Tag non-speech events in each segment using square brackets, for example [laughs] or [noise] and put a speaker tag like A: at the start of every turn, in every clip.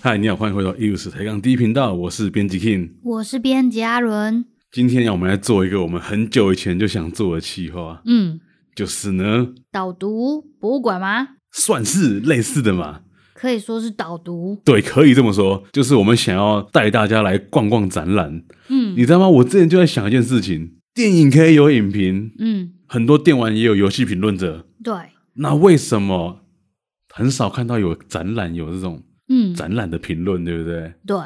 A: 嗨，你好，欢迎回到 EUS 台港第一频道，我是编辑 King。
B: 我是编辑阿伦。
A: 今天呢，我们来做一个我们很久以前就想做的企划，
B: 嗯，
A: 就是呢，
B: 导读博物馆吗？
A: 算是类似的嘛。
B: 可以说是导读。
A: 对，可以这么说，就是我们想要带大家来逛逛展览。
B: 嗯
A: 你知道吗？我之前就在想一件事情，电影可以有影评，
B: 嗯，
A: 很多电玩也有游戏评论者，
B: 对，
A: 那为什么很少看到有展览有这种
B: 嗯，
A: 展览的评论，对不对？
B: 对，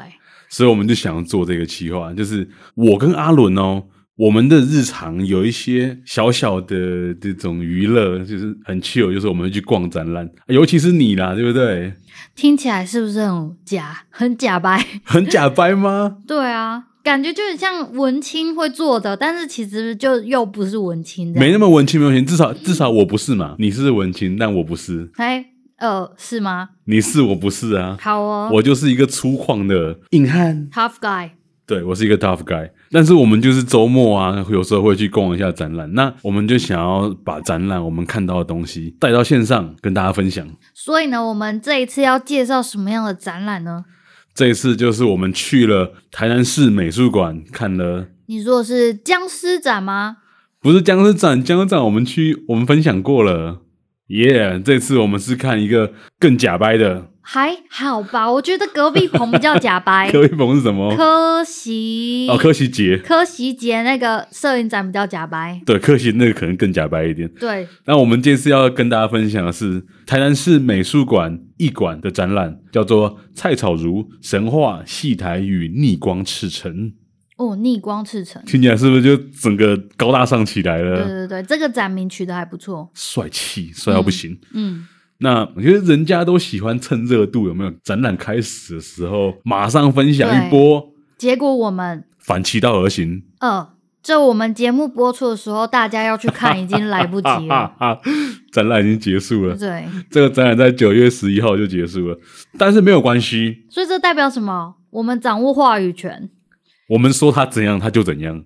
A: 所以我们就想做这个企划，就是我跟阿伦哦，我们的日常有一些小小的这种娱乐，就是很 chill，就是我们会去逛展览，尤其是你啦，对不对？
B: 听起来是不是很假，很假白？
A: 很假掰 [laughs] 吗？
B: [laughs] 对啊，感觉就很像文青会做的，但是其实就又不是文青的。
A: 没那么文青，没文青，至少至少我不是嘛。你是文青，但我不是，
B: 哎，呃，是吗？
A: 你是我不是啊，
B: 好哦
A: 我就是一个粗犷的硬汉。
B: ，Tough Guy。
A: 对我是一个 tough guy，但是我们就是周末啊，有时候会去逛一下展览。那我们就想要把展览我们看到的东西带到线上跟大家分享。
B: 所以呢，我们这一次要介绍什么样的展览呢？
A: 这一次就是我们去了台南市美术馆看了，
B: 你说的是僵尸展吗？
A: 不是僵尸展，僵尸展我们去我们分享过了，耶、这次我们是看一个更假掰的，
B: 还好吧，我觉得隔壁棚比较假白。
A: 柯一鹏是什么？
B: 哎柯西
A: 哦，柯西杰，
B: 柯西杰那个摄影展比较假白，
A: 对，柯西那个可能更假掰一点。
B: 对，
A: 那我们这次要跟大家分享的是台南市美术馆艺馆的展览，叫做《蔡草如神话戏台与逆光赤城》，
B: 哦，逆光赤城，
A: 听起来是不是就整个高大上起来
B: 对
A: 了？
B: 对对，这个展名取得还不错，
A: 帅气，帅到不行。
B: 嗯，
A: 那我觉得人家都喜欢趁热度，有没有？展览开始的时候马上分享一波，
B: 结果我们，
A: 反其道而行。
B: 呃，这我们节目播出的时候，大家要去看已经来不及
A: 哈
B: 了，
A: [laughs] 哈哈！展览已经结束
B: [laughs]
A: 了，
B: 对，
A: 这个展览在九月十一号就结束了，但是没有关系，
B: 所以这代表什么？我们掌握话
A: [laughs]
B: 语权，
A: 我们说它怎样，它就怎样。啊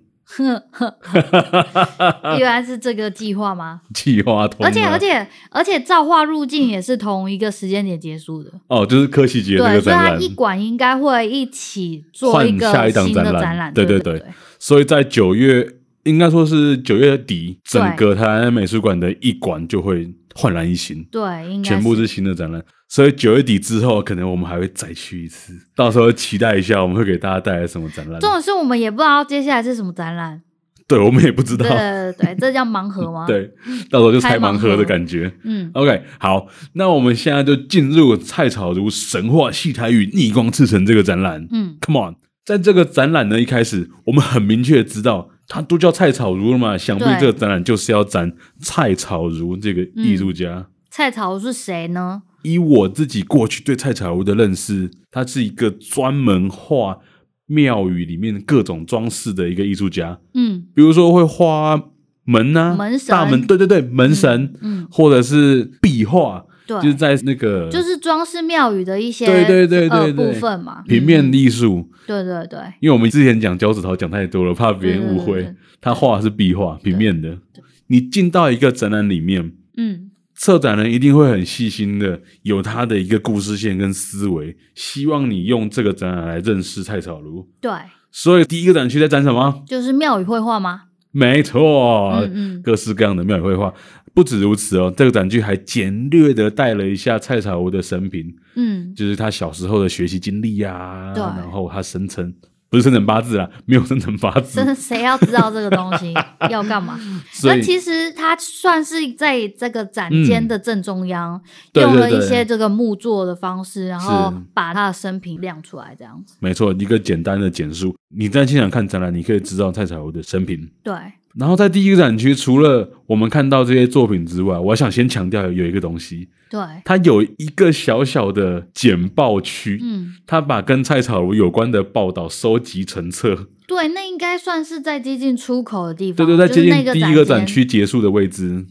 B: 原来是这个计划吗？
A: 计划通了，
B: 而且而且而且，造化入境也是同一个时间点结束的，
A: 哦，就是科技节那
B: 对，
A: 个
B: 所以
A: 展
B: 它
A: 览，
B: 一馆应该会一起做
A: 换
B: 一个
A: 下一档
B: 新的
A: 展览
B: 展览，
A: 对
B: 对
A: 对对所以在九月，应该说是九月底，
B: 对
A: 整个台南美术馆的一馆就会焕然一新，
B: 对，应该
A: 全部
B: 是
A: 是新的展览。所以九月底之后，可能我们还会再去一次，到时候期待一下我们会给大家带来什么展览。
B: 重点是我们也不知道接下来是什么展览，
A: [laughs] 对，我们也不知道
B: 对，对对，对这叫盲盒
A: [laughs]
B: 吗？，
A: 对，到时候就拆
B: 开
A: 盲
B: 盲
A: 盒的
B: 盒
A: 感觉。
B: 嗯，
A: OK，好，那我们现在就进入蔡草如神话戏台与逆光赤城这个展览。
B: 嗯
A: ，Come on，在这个展览呢一开始，我们很明确地知道，它都叫蔡草如了嘛，想必
B: 对
A: 这个展览就是要展蔡草如这个艺术家。
B: 菜草是谁呢？
A: 以我自己过去对蔡彩如的认识，他是一个专门画庙宇里面各种装饰的一个艺术家，
B: 嗯
A: 比如说会画门啊、
B: 门神
A: 大门，对对对，门神，
B: 嗯，
A: 或者是壁画，
B: 对，
A: 就是在那个
B: 就是装饰庙宇的一些
A: 对对对对
B: 呃
A: 对
B: 部分嘛，
A: 平面
B: 嗯
A: 艺术。
B: 对对对，
A: 因为我们之前讲胶纸头讲太多了，怕别人误
B: 对对对
A: 会
B: 对。
A: 他画的是壁画，平面的
B: 嗯对。
A: 你进到一个展览里面，
B: 嗯
A: 策展人一定会很细心的，有他的一个故事线跟思维，希望你用这个展览来认识蔡草如。
B: 对，
A: 所以第一个展区在展什么？
B: 就是庙宇绘画吗？
A: 没错，
B: 嗯嗯，
A: 各式各样的庙宇绘画。不止如此哦，这个展区还简略的带了一下蔡草如的生平，
B: 嗯
A: 就是他小时候的学习经历呀、
B: 对
A: 然后他生辰不是生辰八字啊， [laughs] 没有生辰八字，
B: [laughs] 真的谁要知道这个东西 [laughs] 要干嘛？
A: 所
B: 那
A: 以嗯
B: 其实它算是在这个展间的正中央，
A: 对
B: 用了
A: 对
B: 一
A: 对
B: 些这个木作的方式，然后
A: 是
B: 把它的生平亮出来，这样子。
A: 没错，一个简单的简述。你在现场看展览，你可以知道蔡彩虹的生平。
B: 对，
A: 然后在第一个展区，除了我们看到这些作品之外，我想先强调有一个东西，
B: 对，
A: 它有一个小小的简报区，
B: 嗯，
A: 它把跟蔡草如有关的报道收集成册，
B: 对，那应该算是在接近出口的地方，
A: 对对，在
B: 就是
A: 接近
B: 那
A: 第一个展
B: 间。
A: 区结束的位置，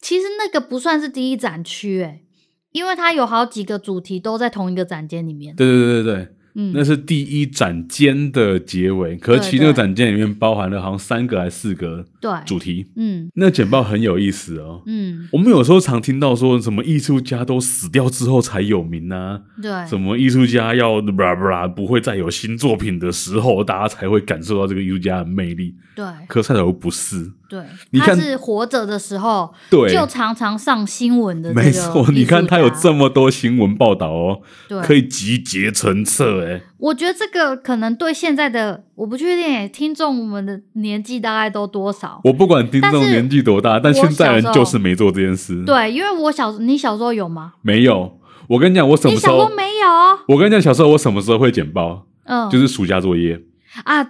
B: 其实那个不算是第一欸展区，诶，因为它有好几个主题都在同一个展间里面。
A: 对对对对对。
B: 嗯，
A: 那是第一展间的结尾。可是
B: 对
A: 其实那个
B: 对
A: 展间里面包含了好像三个还是四个
B: 对，
A: 主题，
B: 嗯
A: 那简报很有意思哦。
B: 嗯，
A: 我们有时候常听到说什么艺术家都死掉之后才有名啊，
B: 对，
A: 什么艺术家要布拉布拉不会再有新作品的时候，大家才会感受到这个艺术家的魅力。
B: 对
A: 可是赛德不是，
B: 对，
A: 你
B: 他
A: 看
B: 是活着的时候
A: 对，
B: 就常常上新闻的这
A: [laughs]
B: 个
A: 没
B: 艺术家，
A: 错，你看他有这么多新闻报道哦，
B: 对
A: 可以集结成册哎、
B: 我觉得这个可能对现在的我不确定耶，听众我们的年纪大概都多少？
A: 我不管听
B: 但
A: 众
B: 是
A: 年纪多大，但
B: 我
A: 现在人
B: 小时
A: 就
B: 候
A: 是没做这件事。，
B: 对，因为我小你小时候有吗？
A: 没有。我跟你讲，我什
B: 你
A: 么时
B: 小时
A: 候
B: 候？没有？
A: 我跟你讲，小时候我什么时候会剪报？
B: 嗯，
A: 就是暑假作业。
B: 啊，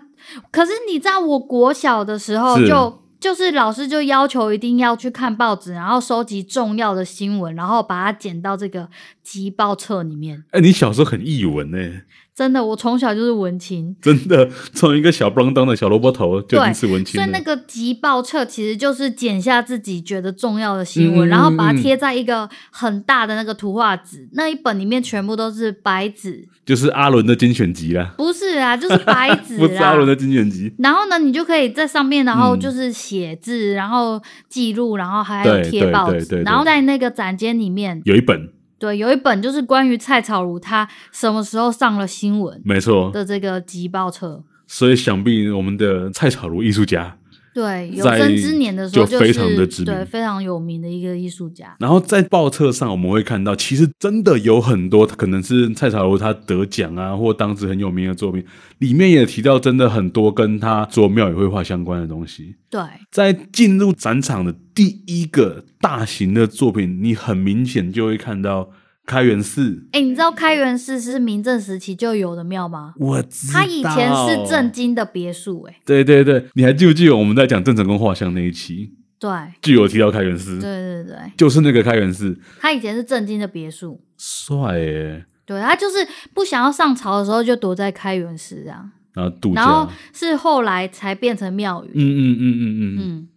B: 可是你知道，我国小的时候
A: 是
B: 就。就是老师就要求一定要去看报纸，然后收集重要的新闻，然后把它剪到这个集报册里面。
A: 哎、你小时候很译文哎、
B: 真的，我从小就是文青，
A: 真的，从一个小不啷当的小萝卜头就已经是文青
B: 所以
A: 了。
B: 那个集报册其实就是剪下自己觉得重要的新闻，
A: 嗯
B: 然后把
A: 嗯
B: 它贴在一个很大的那个图画纸，那一本里面全部都是白纸，
A: 就是阿伦的精选集啦，
B: 不是啊，就是白
A: [laughs]
B: 纸
A: 不是阿
B: 啊。
A: 伦的精选集。
B: 然后呢，你就可以在上面，然后
A: 嗯
B: 就是写字，然后记录，然后还有
A: 对
B: 贴报
A: 对对对
B: 纸，
A: 对
B: 然后在那个展间里面，
A: 有一本，
B: 对，有一本就是关于蔡草如她什么时候上了新闻
A: 没错。
B: 的这个集报册。
A: 所以想必我们的蔡巧如艺术家，
B: 对，有
A: 在
B: 生之年的时候
A: 就是非常地知名
B: 对非常有名的一个艺术家。
A: 然后在报册上我们会看到，其实真的有很多可能是蔡巧如她得奖啊，或当时很有名的作品，里面也提到真的很多跟她做庙宇绘画相关的东西。
B: 对，
A: 在进入展场的第一个大型的作品，你很明显就会看到开元寺。
B: 哎，你知道开元寺是明正时期就有的庙吗？
A: 我知道，
B: 它以前是正经的别墅、哎，
A: 对对对，你还记不记得我们在讲郑成功画像那一期，
B: 对，
A: 就有提到开元寺，
B: 对对对，
A: 就是那个开元寺，
B: 它以前是正经的别墅。
A: 帅耶，
B: 对他就是不想要上朝的时候就躲在开元寺这样，
A: 然后度假，
B: 然后是后来才变成庙
A: 嗯
B: 宇。
A: 嗯嗯嗯嗯，嗯
B: 嗯，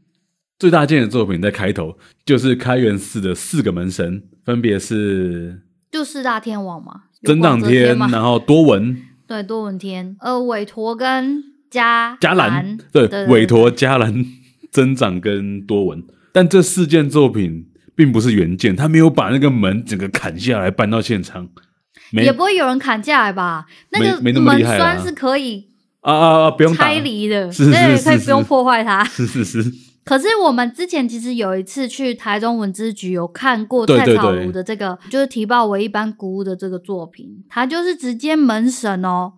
A: 最大件的作品在开头就是开元寺的四个门神，分别是
B: 就四大天王嘛，有
A: 真
B: 广
A: 当
B: 泽
A: 天，
B: 嘛，
A: 然后多闻、
B: 对，多闻天，呃，韦陀跟迦
A: 迦兰
B: 兰，，
A: 对，
B: 对
A: 韦陀、迦兰、 [laughs] 增长跟多闻，但这四件作品并不是原件，他没有把那个门整个砍下来搬到现场，没啊
B: 也不会有人砍下来吧？那
A: 没
B: 个
A: 没那么
B: 门
A: 厉害啊
B: 栓是可以
A: 啊啊啊，不用打
B: 拆，离的，
A: 是是
B: 对，
A: 是
B: 可以
A: 是
B: 不用破坏它。
A: 是是是。
B: 可是我们之前其实有一次去台中文资局有看过
A: 对
B: 蔡
A: 对
B: 草
A: 对
B: 如的这个，就是提报为一般古物的这个作品，它就是直接门神哦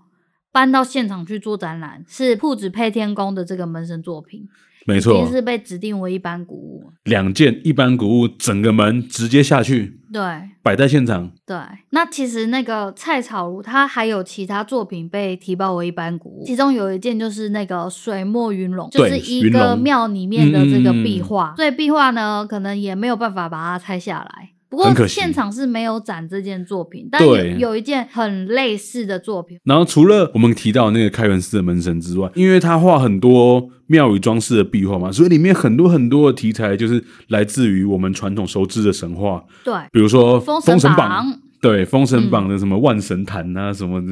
B: 搬到现场去做展览，是铺子配天宫的这个门神作品，
A: 没
B: 已经
A: 错，
B: 是被指定为一般古物了。
A: 两件一般古物，整个门直接下去
B: 对
A: 摆在现场。
B: 对，那其实那个蔡草如她还有其他作品被提报为一般古物，其中有一件就是那个水墨云龙，就
A: 对
B: 是一
A: 云
B: 个
A: 龙
B: 庙里面的这个
A: 嗯
B: 壁
A: 嗯嗯
B: 画，所以壁画呢可能也没有办法把它拆下来。不过
A: 很可惜
B: 现场是没有展这件作品，但有
A: 对
B: 有一件很类似的作品，
A: 然后除了我们提到那个开元寺的门神之外，因为他画很多庙宇装饰的壁画嘛，所以里面很多很多的题材就是来自于我们传统熟知的神话，
B: 对，
A: 比如说《
B: 封
A: 呃封
B: 神
A: 神榜》
B: 榜嗯
A: 对《封神榜》的什么万神坛啊，什么的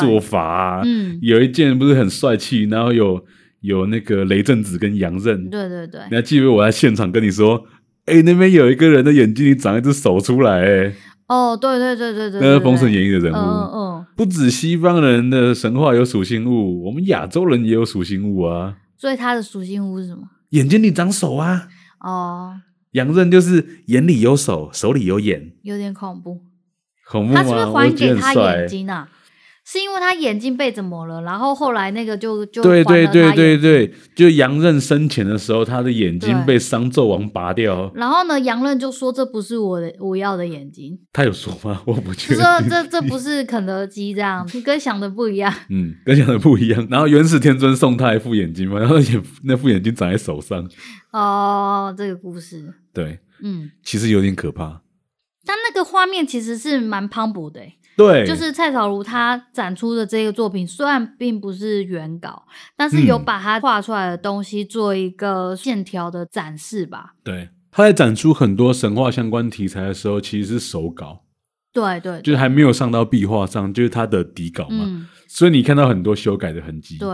A: 做
B: 对，
A: 法啊，
B: 嗯，
A: 有一件不是很帅气，然后有有那个雷震子跟杨震，
B: 对对对
A: 你。还记得我在现场跟你说，哎、那边有一个人的眼睛里长一只手出来、诶
B: 哦，对对对对对，
A: 那是
B: 对
A: 《封神演
B: 义
A: 义》的人
B: 嗯
A: 物。
B: 嗯嗯，
A: 不止西方人的神话有属性物，我们亚洲人也有属性物啊。
B: 所以它的属性物是什么？
A: 眼睛里长手啊，
B: 哦，
A: 杨刃就是眼里有手，手里有眼，
B: 有点恐怖。
A: 恐怖吗？
B: 他是不是
A: 我
B: 还
A: 觉啊
B: 给
A: 得很
B: 他
A: 帅
B: 眼。睛啊？是因为他眼睛被怎么了？然后后来那个就就
A: 对
B: 还
A: 对
B: 了
A: 对
B: 他
A: 对
B: 眼睛。
A: 对，就杨刃生前的时候，他的眼睛
B: 对
A: 被商纣王拔掉。
B: 然后呢，杨任就说这不是我的我要的
A: [laughs]
B: 眼睛，
A: 他有说吗？我不
B: 就
A: 确定。
B: 说这这不是肯德基这样，跟想的不一样。 [laughs]
A: 嗯，跟想的不一样。然后元始天尊送他一副眼睛嘛，然后眼那副眼睛长在手上，
B: 哦，这个故事，
A: 对，
B: 嗯，
A: 其实有点可怕。
B: 但那个画面其实是蛮磅礴的欸、
A: 对，
B: 就是蔡草如她展出的这个作品，虽然并不是原稿，但是有
A: 嗯
B: 把她画出来的东西做一个线条的展示吧。
A: 对，他在展出很多神话相关题材的时候，其实是手稿，
B: 对对，
A: 就是还没有上到壁画上，就是它的底稿嘛，
B: 嗯，
A: 所以你看到很多修改的痕迹。，
B: 对。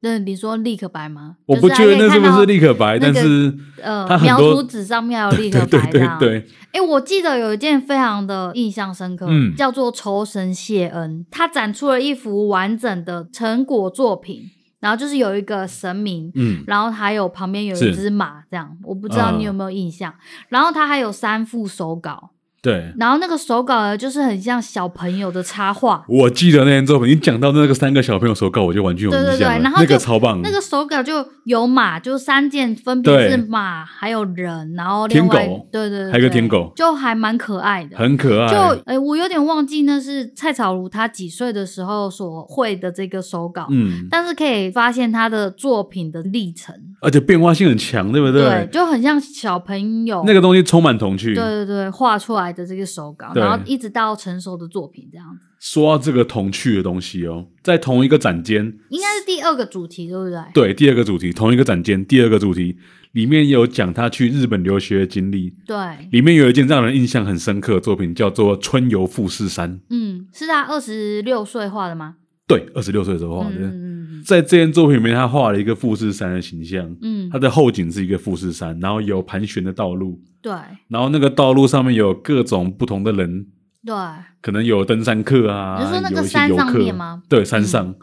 B: 那你说立可白吗？
A: 我
B: 就
A: 不
B: 还
A: 觉得
B: 可以
A: 那是
B: 看
A: 不
B: 到
A: 是立可白，
B: 那个
A: 但是它
B: 呃，
A: 很
B: 描
A: 多
B: 图纸上面要有哦立
A: 对 [laughs]
B: 可
A: 对
B: 白这
A: 对
B: 样。
A: 对，
B: 哎、我记得有一件非常的印象深刻，
A: 嗯
B: 叫做《酬神谢恩》，它展出了一幅完整的成果作品，然后就是有一个神明，
A: 嗯，
B: 然后还有旁边有
A: 是啊
B: 一只马，这样我不知道你有没有印象。然后它还有三副手稿，
A: 对。
B: 然后那个手稿呢，就是很像小朋友的插画，
A: 我记得那件作品，你讲到那个三个小朋友手稿，我就完全有印
B: 对
A: 象
B: 对
A: 了。
B: 对然后
A: 那个
B: 就
A: 超棒，
B: 那个手稿就有马，就三件，分别
A: 对
B: 是马，还有人，然后
A: 舔
B: 另外
A: 狗
B: 对对对，
A: 还有个
B: 对
A: 舔狗
B: 就还蛮可爱的。
A: 很可爱。
B: 就哎、我有点忘记那是蔡草如他几岁的时候所绘的这个手稿，
A: 嗯，
B: 但是可以发现他的作品的历程，
A: 而且变化性很强，对不对？
B: 就很像小朋友
A: 那个东西充满童趣。
B: 对对对画出来的这个手稿，
A: 对
B: 然后一直到成熟的作品这样子，
A: 说到这个童趣的东西哦，在同一个展间，
B: 应该是第二个主题，对不对？
A: 对，第二个主题，同一个展间，第二个主题里面有讲他去日本留学的经历，
B: 对，
A: 里面有一件让人印象很深刻的作品，叫做《春游富士山》。
B: 嗯，是他二十六岁画的吗？
A: 对，二十六岁的时候画的。
B: 嗯嗯
A: 在这件作品里面，他画了一个富士山的形象，
B: 嗯，
A: 它的后景是一个富士山，然后有盘旋的道路，
B: 对
A: 然后那个道路上面有各种不同的人，
B: 对，
A: 可能有登山客啊，
B: 你是说那个
A: 有一些
B: 山
A: 游
B: 上
A: 客
B: 面吗？嗯
A: 对，山上。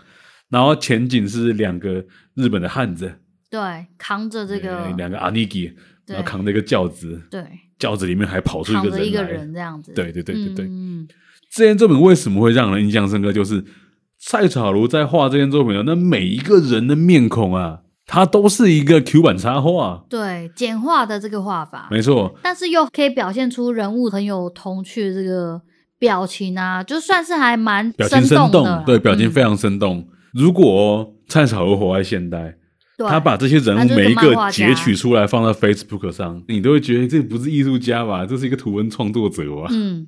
A: 然后前景是两个日本的汉子，
B: 对，扛着这
A: 呃
B: 个，
A: 两个阿尼基，然
B: 对
A: 后扛着一个轿子，
B: 对，
A: 轿子里面还跑出一
B: 扛
A: 个
B: 着
A: 人
B: 一个
A: 来。
B: 人这样子，
A: 对对对对对，
B: 嗯，嗯
A: 这件作品为什么会让人印象深刻？就是蔡巧如在画这件作品的那每一个人的面孔啊，它都是一个 Q 版插画，
B: 对，简化的这个画法，
A: 没错，
B: 但是又可以表现出人物很有童趣的这个表情啊，就算是还蛮
A: 表情
B: 生
A: 生
B: 动的啦，
A: 动，对，表情
B: 嗯
A: 非常生动。如果蔡巧如活在现代，
B: 对
A: 他把这些人
B: 他
A: 物
B: 就是
A: 每一
B: 个漫
A: 个
B: 画家
A: 截取出来放到 Facebook 上，你都会觉得这不是艺术家吧？这是一个图文创作者吧？
B: 嗯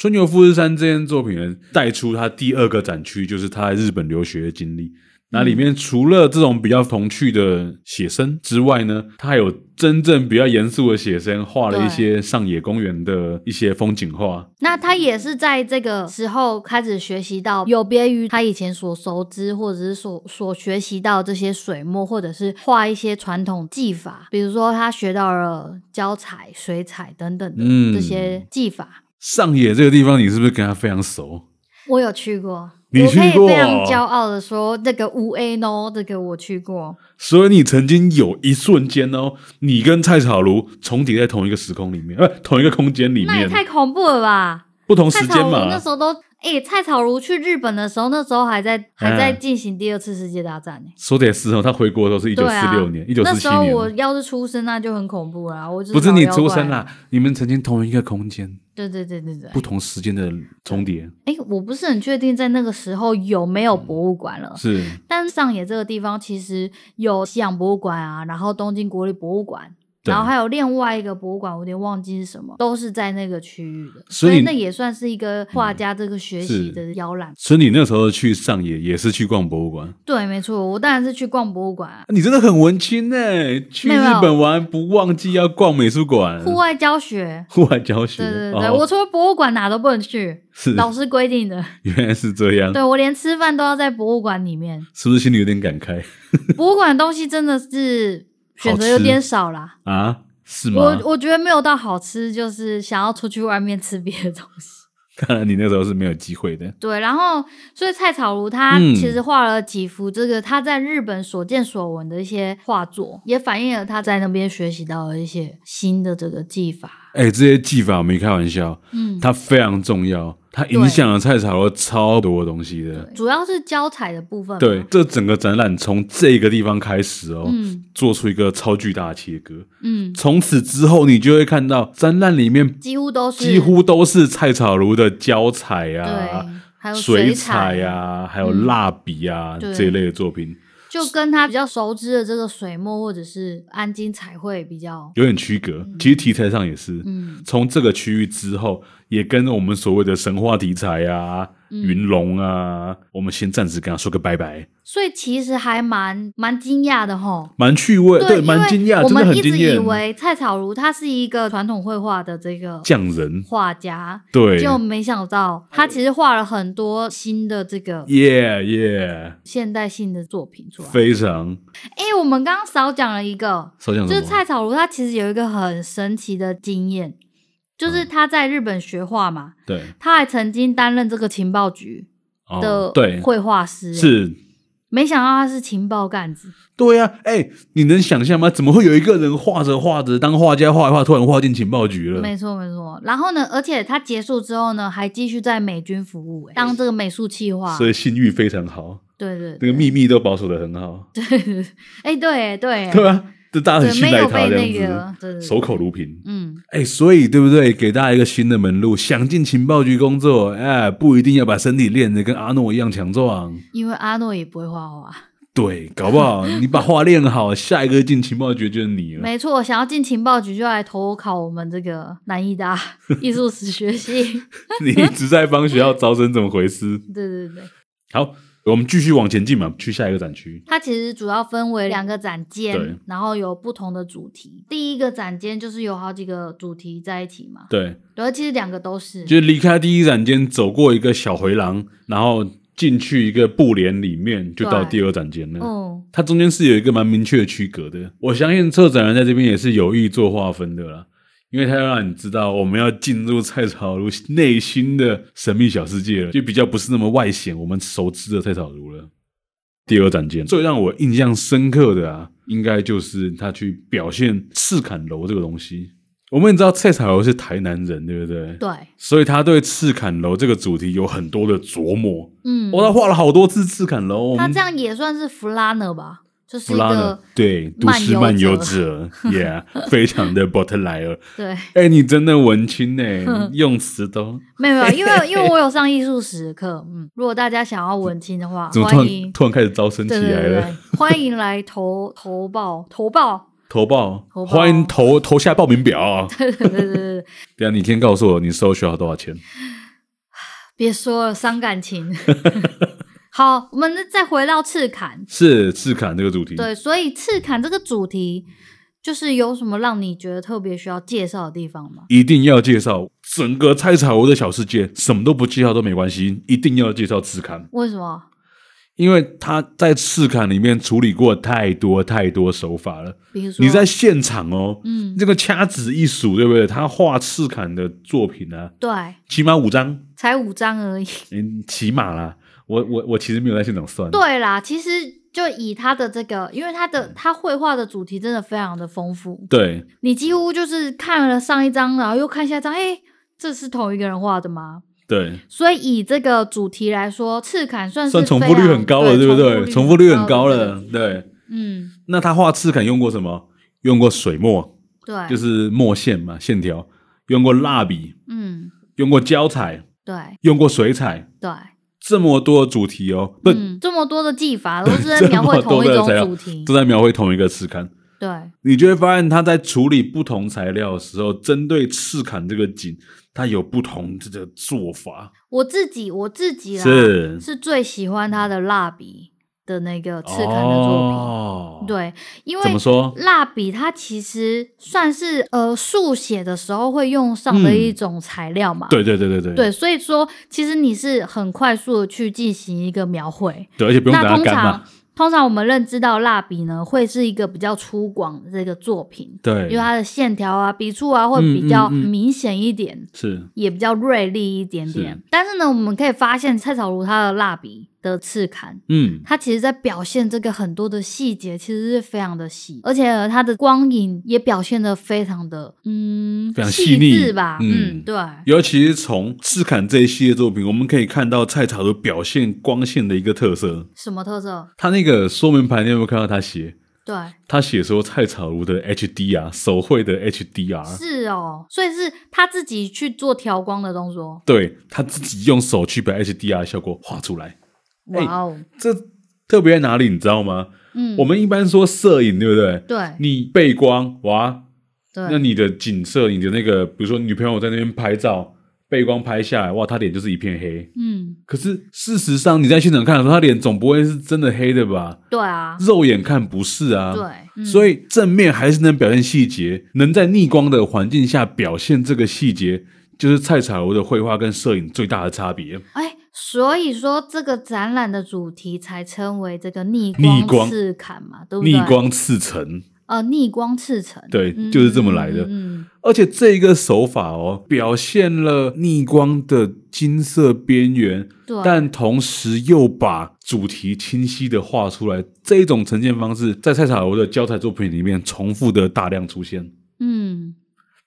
A: 春游富士山》这件作品呢，带出他第二个展区，就是他在日本留学的经历。那里面除了这种比较童趣的写生之外呢，他还有真正比较严肃的写生，画了一些上野公园的一些风景画。
B: 那他也是在这个时候开始学习到，有别于他以前所熟知或者是所所学习到这些水墨，或者是画一些传统技法，比如说他学到了胶彩、水彩等等的
A: 嗯
B: 这些技法。
A: 上野这个地方，你是不是跟他非常熟？
B: 我有去过，
A: 你
B: 我可以
A: 去过哦
B: 非常骄傲的说，这个乌 A no，这个我去过。
A: 所以你曾经有一瞬间哦，你跟蔡草如重叠在同一个时空里面，呃，同一个空间里
B: 那也
A: 面，
B: 太恐怖了吧！
A: 不同
B: 蔡
A: 时
B: 草
A: 间
B: 如那
A: 嘛
B: 时。候都，哎、蔡草如去日本的时候，那时候还在还在
A: 嗯
B: 进行第二次世界大战呢、
A: 说的也是哦，他回国的时候是一
B: 对
A: 九
B: 啊
A: 四六年，一九
B: 那
A: 四七
B: 时候
A: 年。
B: 我要是出生，那就很恐怖啦。我就
A: 不是
B: 老
A: 你
B: 妖
A: 出
B: 怪
A: 生。啦，你们曾经同一个空间，
B: 对对对对对。
A: 不同时间的重叠，
B: 哎、我不是很确定在那个时候有没有博物馆了。
A: 是
B: 但上野这个地方其实有西洋博物馆啊，然后东京国立博物馆，
A: 对
B: 然后还有另外一个博物馆，我有点忘记是什么，都是在那个区域的，
A: 所以
B: 那也算是一个画家这个学习
A: 是
B: 的摇篮。
A: 所以你那时候去上野也是去逛博物馆，啊
B: 对，没错，我当然是去逛博物馆啊。
A: 你真的很文青呢、去
B: 没有
A: 日本玩不忘记要逛美术馆，
B: 户外教学，
A: 户外教学，
B: 对对对，
A: 哦
B: 我除了博物馆哪都不能去，
A: 是
B: 老师规定的。
A: 原来是这样，
B: 对我连吃饭都要在博物馆里面，
A: 是不是心里有点感慨
B: 博物馆的东西真
A: [laughs]
B: 的是选择有点少啦。
A: 啊？是吗
B: 我？我觉得没有到好吃，就是想要出去外面吃别的东
A: [laughs]
B: 西。
A: 看来你那时候是没有机会的，
B: 对，然后所以蔡草如他
A: 嗯
B: 其实画了几幅这个他在日本所见所闻的一些画作，也反映了他在那边学习到的一些新的这个技法。
A: 哎、这些技法我没开玩笑，
B: 嗯，
A: 它非常重要，它影响了蔡朝超多东西的。
B: 主要是胶彩的部
A: [laughs]
B: 分嘛。
A: 对，这整个展览从这个地方开始哦，
B: 嗯
A: 做出一个超巨大的切割。
B: 嗯，
A: 从此之后，你就会看到展览里面
B: 几乎都是
A: 几乎都是蔡草如的胶彩
B: 对
A: 啊、，
B: 还有
A: 水
B: 彩嗯
A: 彩啊，还有蜡笔啊、
B: 对
A: 这一类的作品，
B: 就跟他比较熟知的这个水墨或者是安金彩绘比较，
A: 有点区隔。其实题材上也是，
B: 嗯，
A: 从这个区域之后，也跟我们所谓的神话题材啊、
B: 嗯
A: 云龙啊，我们先暂时跟他说个拜拜，
B: 所以其实还蛮蛮惊讶的吼。
A: 蛮趣味，
B: 因为
A: 蛮惊讶，
B: 我
A: 真的
B: 们
A: 很
B: 一
A: 惊
B: 直以
A: 艳，
B: 为蔡巧如她是一个传统绘画的这个
A: 匠人，
B: 画家，
A: 对，
B: 就没想到她其实画了很多新的这个
A: 耶耶，
B: 现代性的作品出来。
A: 非常
B: 哎、我们刚刚少讲了一个，
A: 少讲
B: 就
A: 什
B: 是
A: 么？
B: 蔡巧如她其实有一个很神奇的经验，就是
A: 嗯
B: 她在日本学画嘛，
A: 对
B: 她还曾经担任这个情报局
A: 哦
B: 的，
A: 对，
B: 绘画师、欸
A: 是，
B: 没想到她是情报干子，
A: 对呀、啊，哎、你能想象吗？怎么会有一个人画着画着当画家画一画，突然画进情报局了？
B: 没错没错。然后呢，而且她结束之后呢，还继续在美军服务、欸，当这个美术企划，
A: 所以信誉非常好，
B: 对对
A: 那
B: 对，
A: 个秘密都保守的很好，
B: 哎、对欸对欸
A: 对啊，这大家很
B: 对，
A: 信
B: 没
A: 赖
B: 有
A: 他
B: 被
A: 这
B: 那
A: 样
B: 个，对对
A: 子，
B: 对
A: 守口如瓶。
B: 嗯。
A: 哎、所以对不对？给大家一个新的门路，想进情报局工作，哎、不一定要把身体练得跟阿诺一样强壮。
B: 因为阿诺也不会画啊画，
A: 对，搞不好你把画练好，下一个进情报局就是你了。
B: 没错。想要进情报局就来投考我们这个南艺大 [laughs] 艺术史学
A: [laughs]
B: 系。
A: 你一直在帮学校招生，怎么回事？
B: 对对对，
A: 好，我们继续往前进嘛，去下一个展区。
B: 它其实主要分为两个展
A: 对
B: 间，然后有不同的主题。第一个展间就是有好几个主题在一起嘛，
A: 对，
B: 然后其实两个都是。
A: 就是离开第一展间，走过一个小回廊，然后进去一个布帘里面，就到
B: 对
A: 第二展间了。
B: 嗯，
A: 它中间是有一个蛮明确的区隔的。我相信策展人在这边也是有意做划分的啦，因为他要让你知道我们要进入蔡草如内心的神秘小世界了，就比较不是那么外显我们熟知的蔡草如了。第二展间最让我印象深刻的啊，应该就是他去表现赤坎楼这个东西。我们也知道蔡草如是台南人，对不对？
B: 对，
A: 所以他对赤坎楼这个主题有很多的琢磨。
B: 嗯，
A: 哦，他画了好多次赤坎楼，我
B: 他
A: 们
B: 这样也算是弗拉呢吧，就是
A: 弗
B: 一
A: 拉呢
B: 个？
A: 对，都
B: 漫
A: 市
B: 游
A: 漫游
B: 者 [laughs]
A: 者，Yeah，非常的波特莱尔。
B: 对，
A: 哎、你真的文青呢、
B: [laughs]
A: 用词都
B: 没有没有，因为因为我有上艺术史课，嗯，如果大家想要文青的话，
A: 怎么突
B: 欢
A: 然
B: 迎
A: 突然开始招生起
B: 对对
A: 来
B: 对
A: 了？
B: 对，欢迎来投投报投报。
A: 投报，
B: 投报
A: 欢迎投投下报名表、啊。
B: [laughs] 对对对对对，
A: 对啊，你先告诉我你收学校多少钱？
B: 别说了，伤感情。 [laughs] 好，我们再回到赤坎。
A: 是赤坎这个主题，
B: 对，所以赤坎这个主题，就是有什么让你觉得特别需要介绍的地方吗？
A: 一定要介绍整个拆彩我的小世界，什么都不介绍都没关系，一定要介绍赤坎，
B: 为什么？
A: 因为他在赤坎里面处理过太多太多手法了。
B: 比如说，
A: 你在现场哦，
B: 嗯，
A: 这个掐指一数，对不对？他画赤坎的作品呢、啊，
B: 对，
A: 起码五张，
B: 才五张而已。
A: 嗯，起码啦。我我我其实没有在现场算，
B: 对啦，其实就以他的这个，因为他
A: 嗯
B: 的他绘画的主题真的非常的丰富，
A: 对
B: 你几乎就是看了上一张，然后又看下一张，哎，这是同一个人画的吗？
A: 对，
B: 所以以这个主题来说，赤坎算是
A: 算重
B: 非
A: 复率
B: 常
A: 很高了，
B: 对
A: 对不对？重复率很高
B: 的这
A: 了
B: 个，
A: 对。
B: 嗯，
A: 那他画赤坎用过什么？用过水墨，
B: 对，
A: 就是墨线嘛，线条；用过蜡笔，
B: 嗯，
A: 用过胶彩，
B: 对
A: 用过水彩，
B: 对，
A: 这么多的主题哦，不、
B: 嗯，这么多的
A: [laughs]
B: 技法都是在
A: 这
B: 描
A: 么
B: 绘同
A: 多
B: 一
A: 的
B: 种
A: 材料
B: 主题
A: 都，在描绘同一个赤坎。
B: 对，
A: 你就会发现他在处理不同材料的时候，针对赤坎这个景，他有不同的做法。
B: 我自己我自己啦
A: 是
B: 是啊最喜欢他的蜡笔的那个赤坎的作
A: 哦
B: 品，，对，因
A: 怎么
B: 为。
A: 说？
B: 蜡笔它其实算是呃速写的时候会用上的一
A: 嗯
B: 种材料嘛，
A: 对对对对对
B: 对，所以说其实你是很快速的去进行一个描绘，
A: 对而且不用等
B: 那
A: 它
B: 通
A: 干
B: 常
A: 嘛。
B: 通常我们认知到蜡笔呢，会是一个比较粗犷的这个作品，
A: 对，
B: 因为它的线条啊、笔触啊会
A: 嗯
B: 比较
A: 嗯嗯
B: 明显一点，
A: 是
B: 也比较锐利一点点
A: 是。
B: 但是呢，我们可以发现蔡草如她的蜡笔的刺砍。
A: 嗯，
B: 它其实，在表现这个很多的细节，其实是非常的细，而且它的光影也表现的非常的，嗯，
A: 非常
B: 细
A: 细腻
B: 致吧，
A: 嗯
B: 嗯，对，
A: 尤其是从赤坎这一系列作品，我们可以看到蔡草的表现光线的一个特色。
B: 什么特色？
A: 他那个说明牌，你有没有看到他写？
B: 对，
A: 他写说蔡草如的 HDR 手绘的 HDR，
B: 是哦，所以是他自己去做调光的动作，
A: 对他自己用手去把 HDR 效果画出来。哎
B: 哇哦，
A: 这特别在哪里，你知道吗？
B: 嗯，
A: 我们一般说摄影，对不对？
B: 对
A: 你背光，哇，那
B: 对
A: 你的景色，你的那个，比如说女朋友在那边拍照，背光拍下来，哇，他脸就是一片黑。
B: 嗯，
A: 可是事实上，你在现场看的时候，他脸总不会是真的黑的吧？
B: 对啊，
A: 肉眼看不是啊。
B: 对，嗯、
A: 所以正面还是能表现细节，能在逆光的环境下表现这个细节，就是蔡彩虹的绘画跟摄影最大的差别。
B: 哎，所以说这个展览的主题才称为这个逆
A: 逆光
B: 赤坎嘛，对不对？
A: 逆光赤橙，
B: 呃，逆光赤城，
A: 对
B: 嗯
A: 就是这么来的
B: 嗯，嗯
A: 而且这个手法哦，表现了逆光的金色边缘，
B: 对，
A: 但同时又把主题清晰的画出来。这种呈现方式在蔡彩虹的教材作品里面重复的大量出现。
B: 嗯。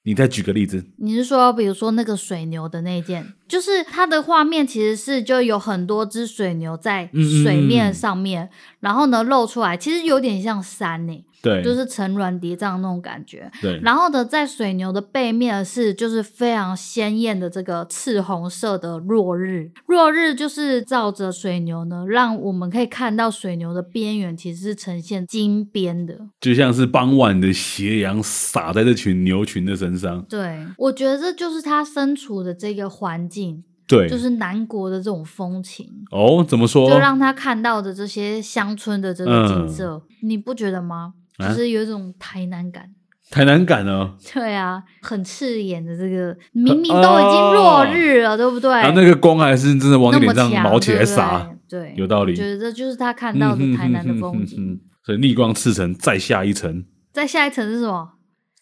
A: 你再举个例子，
B: 你是说，比如说那个水牛的那一件，就是它的画面其实是就有很多只水牛在
A: 嗯嗯
B: 水面
A: 嗯
B: 上面，然后呢露出来，其实有点像山呢、
A: 对，
B: 就是层峦叠嶂那种感觉。
A: 对，
B: 然后呢，在水牛的背面是就是非常鲜艳的这个赤红色的落日，落日就是照着水牛呢，让我们可以看到水牛的边缘其实是呈现金边的。
A: 就像是傍晚的斜阳洒在这群牛群的身上，
B: 对，我觉得这就是它身处的这个环境，
A: 对，
B: 就是南国的这种风情。
A: 哦，怎么说？
B: 就让他看到的这些乡村的这个景色，你不觉得吗？就
A: 啊
B: 是有一种台南感， [laughs]
A: 台南感呢？
B: 对啊，很刺眼的这个，明明都已经落日了，对不对？
A: 然哦啊后那个光还是真的往
B: 那
A: 你
B: 么
A: 脸上
B: 强，
A: 毛起来
B: 对不
A: 洒，
B: 对，对
A: 有道理
B: 我觉得这就是他看
A: 嗯
B: 到的
A: 哼
B: 台南的
A: 哼
B: 风
A: 哼
B: 景。
A: 哼所以逆光赤城再下一层，
B: 再下一层是什么？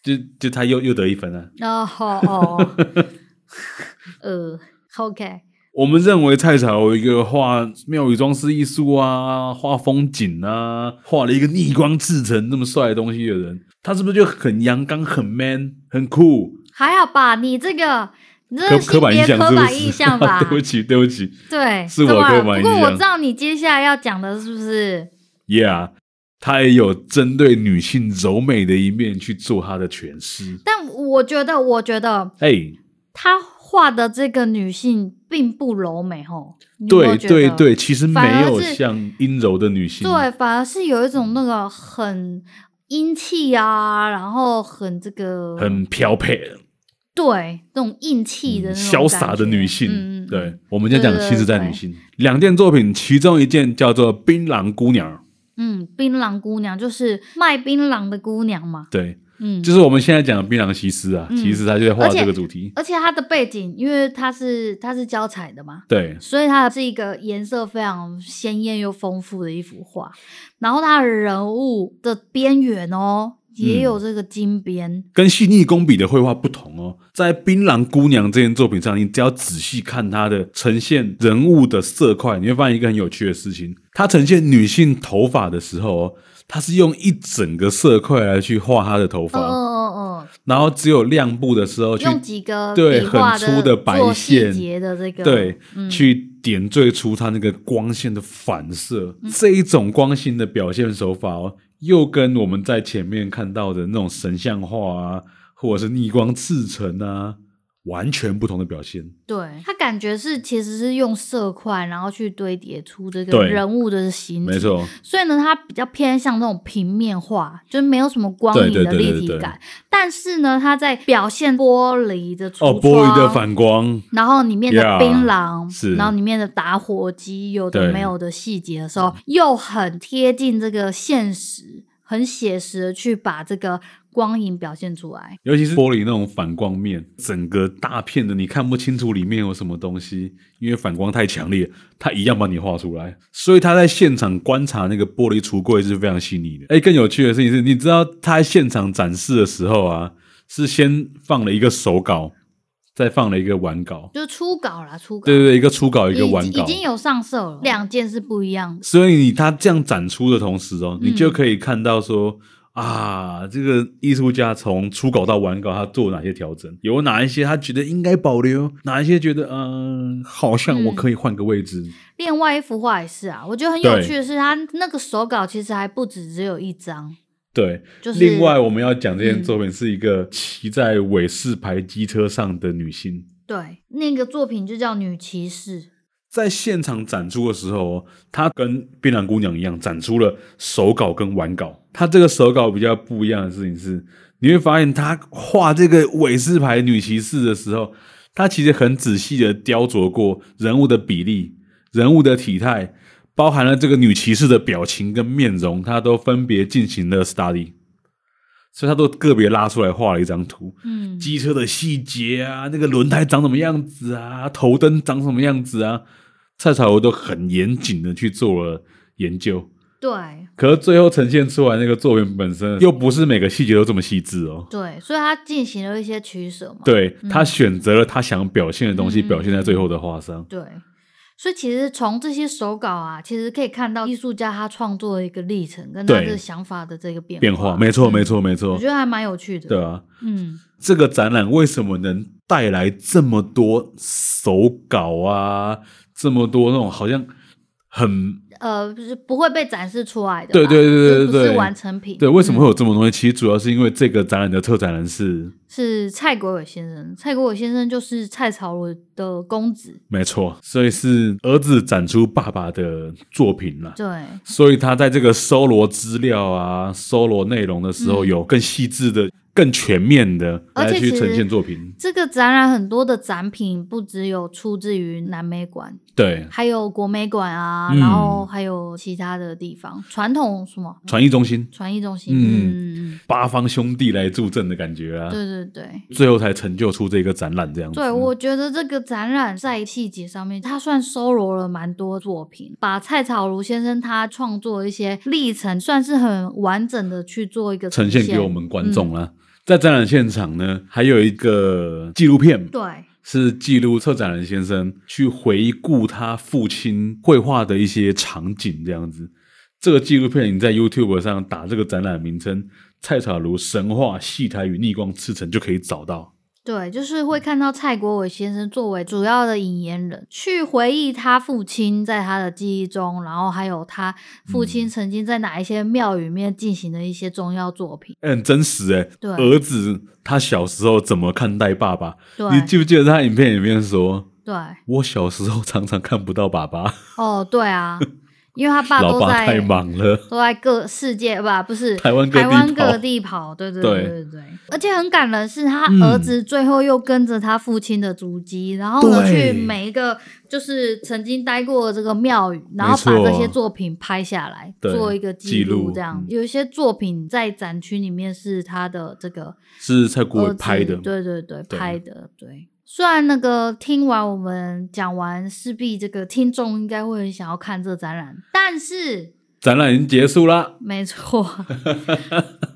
A: 就就他又又得一分啊了。
B: 哦哦，
A: [laughs]
B: 哦呃，OK，
A: 我们认为蔡彩有一个画庙宇装饰艺术啊，画风景啊，画了一个逆光赤城那么帅的东西的人，他是不是就很阳刚、很 man、很酷？
B: 还好吧？你这个你这
A: 刻
B: 个
A: 刻
B: 性
A: 板印
B: 别
A: 象
B: 刻
A: 是不
B: 板印象
A: [laughs]
B: 吧
A: 是？？对不起，对不起
B: 对，
A: 是我
B: 怎么
A: 刻
B: 了
A: 板
B: 不过
A: 印
B: 我
A: 象
B: 知道你接下来要讲的是不是？
A: ，Yeah，他也有针对女性柔美的一面去做他的诠释。
B: 但我觉得，我觉得
A: 哎、
B: 他画的这个女性并不柔美吼。你有没有
A: 对
B: 觉
A: 对
B: 得
A: 对，其实没
B: 反而
A: 有
B: 是
A: 像阴柔的女性，
B: 对，反而是有一种那个很英气啊，然后很这个
A: 很飘配、
B: 对那种硬气的那种
A: 潇洒的
B: 感觉
A: 女性。
B: 嗯、嗯
A: 对，，我们今天
B: 对
A: 讲
B: 对
A: 新时代
B: 对
A: 女性。两件作品，其中一件叫做《槟榔姑娘》，
B: 嗯，槟榔姑娘就是卖槟榔的姑娘嘛。
A: 对，
B: 嗯，
A: 就是我们现在讲的槟榔西施啊，
B: 嗯
A: 其实她就在画
B: 而且
A: 这个主题。
B: 而且她的背景，因为她是她是教材的嘛，
A: 对，
B: 所以它是一个颜色非常鲜艳又丰富的一幅画。然后它的人物的边缘哦，也有这个金边，
A: 跟细腻工笔的绘画不同哦，在《槟榔姑娘》这件作品上，你只要仔细看它的呈现人物的色块，你会发现一个很有趣的事情：它呈现女性头发的时候哦，它是用一整个色块来去画她的头
B: 嗯
A: 发，
B: 嗯嗯
A: 然后只有亮布的时候
B: 嗯，
A: 去
B: 用几个
A: 对
B: 笔画
A: 很粗的白
B: 做细
A: 线
B: 节的这嗯个
A: 对，去点缀出它那个光线的反射，
B: 嗯
A: 这一种光线的表现手法哦，又跟我们在前面看到的那种神像画啊，或者是逆光赤城啊，完全不同的表现。
B: 对，它感觉是其实是用色块，然后去堆叠出这个
A: 对
B: 人物的形体。
A: 没错，
B: 所以呢，它比较偏向那种平面化，就是没有什么光
A: 对
B: 影
A: 对
B: 的
A: 对
B: 立
A: 对
B: 体
A: 对
B: 感。但是呢，它在表现玻璃的
A: 哦，
B: 橱
A: 玻璃的
B: 窗
A: 反光，
B: 然后里面的
A: Yeah，
B: 槟榔
A: 是
B: 然后里面的打火机，有的
A: 对
B: 没有的细节的时候，又很贴近这个现实，很写实的去把这个光影表现出来。
A: 尤其是玻璃那种反光面，整个大片的你看不清楚里面有什么东西，因为反光太强烈，它一样把你画出来。所以他在现场观察那个玻璃橱柜是非常细腻的。哎，更有趣的事情是，你知道他在现场展示的时候啊，是先放了一个手稿，再放了一个完稿，
B: 就是初稿啦，初稿，
A: 对对对，一个初稿，一
B: 已
A: 个完
B: 已
A: 稿。
B: 经有上色了，两件是不一样的。
A: 所以你他这样展出的同时哦，
B: 嗯
A: 你就可以看到说、啊，这个艺术家从初稿到完稿，他做了哪些调整，有哪一些他觉得应该保留，哪一些觉得嗯、好像我可以换个位置。
B: 另外一幅画也是啊，我觉得很有
A: 对
B: 趣的是，它那个手稿其实还不止只有一张，
A: 对，
B: 就是
A: 另外我们要讲这
B: 嗯
A: 件作品是一个骑在尾式牌机车上的女性。
B: 对那个作品就叫《女骑士》。
A: 在现场展出的时候哦，她跟槟榔姑娘一样展出了手稿跟完稿。她这个手稿比较不一样的事情是，你会发现她画这个尾式牌女骑士的时候，他其实很仔细的雕琢过人物的比例、人物的体态，包含了这个女骑士的表情跟面容，他都分别进行了 study，所以他都个别拉出来画了一张图。
B: 嗯，
A: 机车的细节啊，那个轮胎长什么样子啊，头灯长什么样子啊，蔡彩娥都很严谨的去做了研究。
B: 对
A: 可是最后呈现出来那个作品本身，又不是每个细节都这么细致哦。
B: 对，所以他进行了一些取舍嘛。
A: 对他选择了他想表现的东西，
B: 嗯
A: 表现在最后的画上。
B: 对，所以其实从这些手稿啊，其实可以看到艺术家他创作的一个历程，跟他
A: 对
B: 的想法的这个变嗯
A: 变化，没错，没错，没
B: 我
A: 错
B: 觉，得还蛮有趣的。
A: 对啊。
B: 嗯，
A: 这个展览为什么能带来这么多手稿啊，这么多那种好像很
B: 呃，就是不会被展示出来的
A: 对
B: 啦，
A: 对对对
B: 就不
A: 对
B: 是完成品。
A: 对，为什么会
B: 嗯
A: 有这么多东西？其实主要是因为这个展览的策展人是
B: 是蔡国伟先生？蔡国伟先生就是蔡朝伦的公子，
A: 没错，所以是儿子展出爸爸的作品啦。
B: 对
A: 所以他在这个搜罗资料啊、搜罗内容的时候，
B: 嗯
A: 有更细致的、更全面的
B: 而
A: 来
B: 且
A: 去
B: 其
A: 呈
B: 实
A: 现作品。
B: 这个展览很多的展品不只有出自于南美馆，
A: 对，
B: 还有国美馆啊，
A: 嗯
B: 然后还有其他的地方，传统什么
A: 传艺中心
B: 传艺中心，
A: 嗯
B: 嗯，
A: 八方兄弟来助阵的感觉啊，
B: 对对对。
A: 最后才成就出这个展览这样子。
B: 对，我觉得这个展览在细节上面，它算收罗了蛮多作品，把蔡草如先生他创作的一些历程，算是很完整的去做一个
A: 呈
B: 现
A: 现给我们观众
B: 嗯
A: 啦。在展览现场呢，还有一个纪录片，
B: 对，
A: 是记录策展人先生去回顾他父亲绘画的一些场景，这样子。这个纪录片你在 YouTube 上打这个展览名称“蔡草如神话戏台与逆光赤城”就可以找到。
B: 对，就是会看到蔡国伟先生作为主要的引言人，去回忆他父亲在他的记忆中，然后还有他
A: 嗯
B: 父亲曾经在哪一些庙宇里面进行的一些重要作品。
A: 哎很真实哎、
B: 对
A: 儿子他小时候怎么看待爸爸？
B: 对
A: 你记不记得他影片里面说，
B: 对，
A: 我小时候常常看不到爸爸，
B: 哦，对啊，
A: [laughs]
B: 因为他爸
A: 老
B: 都
A: 爸太
B: 在
A: 忙了。
B: 都在各世界吧，不
A: [laughs]
B: 是
A: 台湾各地
B: 台
A: 跑
B: 湾各地跑，对对
A: 对
B: 对对对，而且很感人是他
A: 嗯
B: 儿子最后又跟着他父亲的足迹，然后呢
A: 对
B: 去每一个就是曾经待过的这个庙宇，然
A: 没
B: 后
A: 错
B: 把这些作品拍下来，
A: 对
B: 做一个
A: 记
B: 记
A: 录
B: 录，这样
A: 嗯
B: 有一些作品在展区里面是他的这个
A: 是蔡国
B: 儿
A: 伟
B: 子
A: 拍的，
B: 对对对，
A: 对
B: 拍的对。虽然那个听完我们讲完，势必这个听众应该会很想要看这展览，但是
A: 展览已经结束啦。
B: 没错，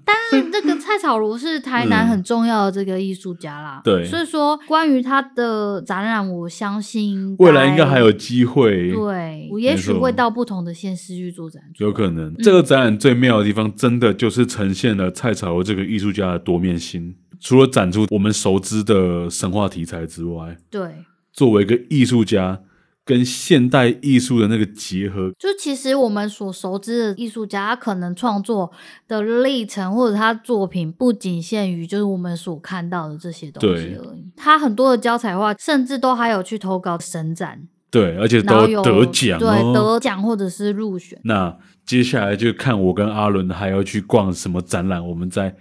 B: 但是这个蔡草如是台南
A: 嗯
B: 很重要的这个艺术家啦，
A: 对
B: 所以说关于他的展览，我相信
A: 未来应该还有机会，
B: 对，我也许
A: 没错
B: 会到不同的县市去做展出，
A: 有可能，这个展览最妙的地方，真的就是呈现了蔡朝这个艺术家的多面性。除了展出我们熟知的神话题材之外，
B: 对。
A: 作为一个艺术家，跟现代艺术的那个结合，
B: 就其实我们所熟知的艺术家，他可能创作的历程或者他作品不仅限于就是我们所看到的这些东西
A: 对
B: 而已。他很多的教材画，甚至都还有去投稿神展，
A: 对，而且
B: 然
A: 都
B: 后有
A: 得奖
B: 对
A: 哦。
B: 得奖或者是入选。
A: 那接下来就看我跟阿伦还要去逛什么展览，我们再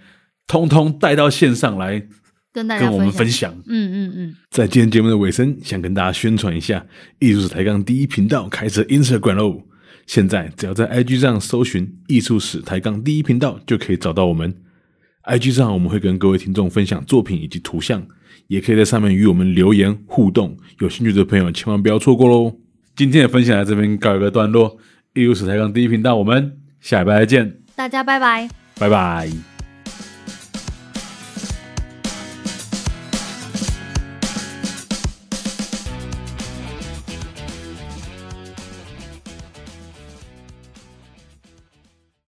A: 通通带到线上来
B: 跟大家
A: 跟我们分
B: 分享。
A: 享。
B: 嗯嗯嗯，
A: 在今天节目的尾声，想跟大家宣传一下艺术史抬杠第一频道开设 Instagram 喽。现在只要在 IG 上搜寻“艺术史抬杠第一频道”，就可以找到我们。IG 上我们会跟各位听众分享作品以及图像，也可以在上面与我们留言互动。有兴趣的朋友千万不要错过喽！今天的分享在这边告一个段落，艺术史抬杠第一频道，我们下礼拜再见，
B: 大家拜拜。
A: 拜拜。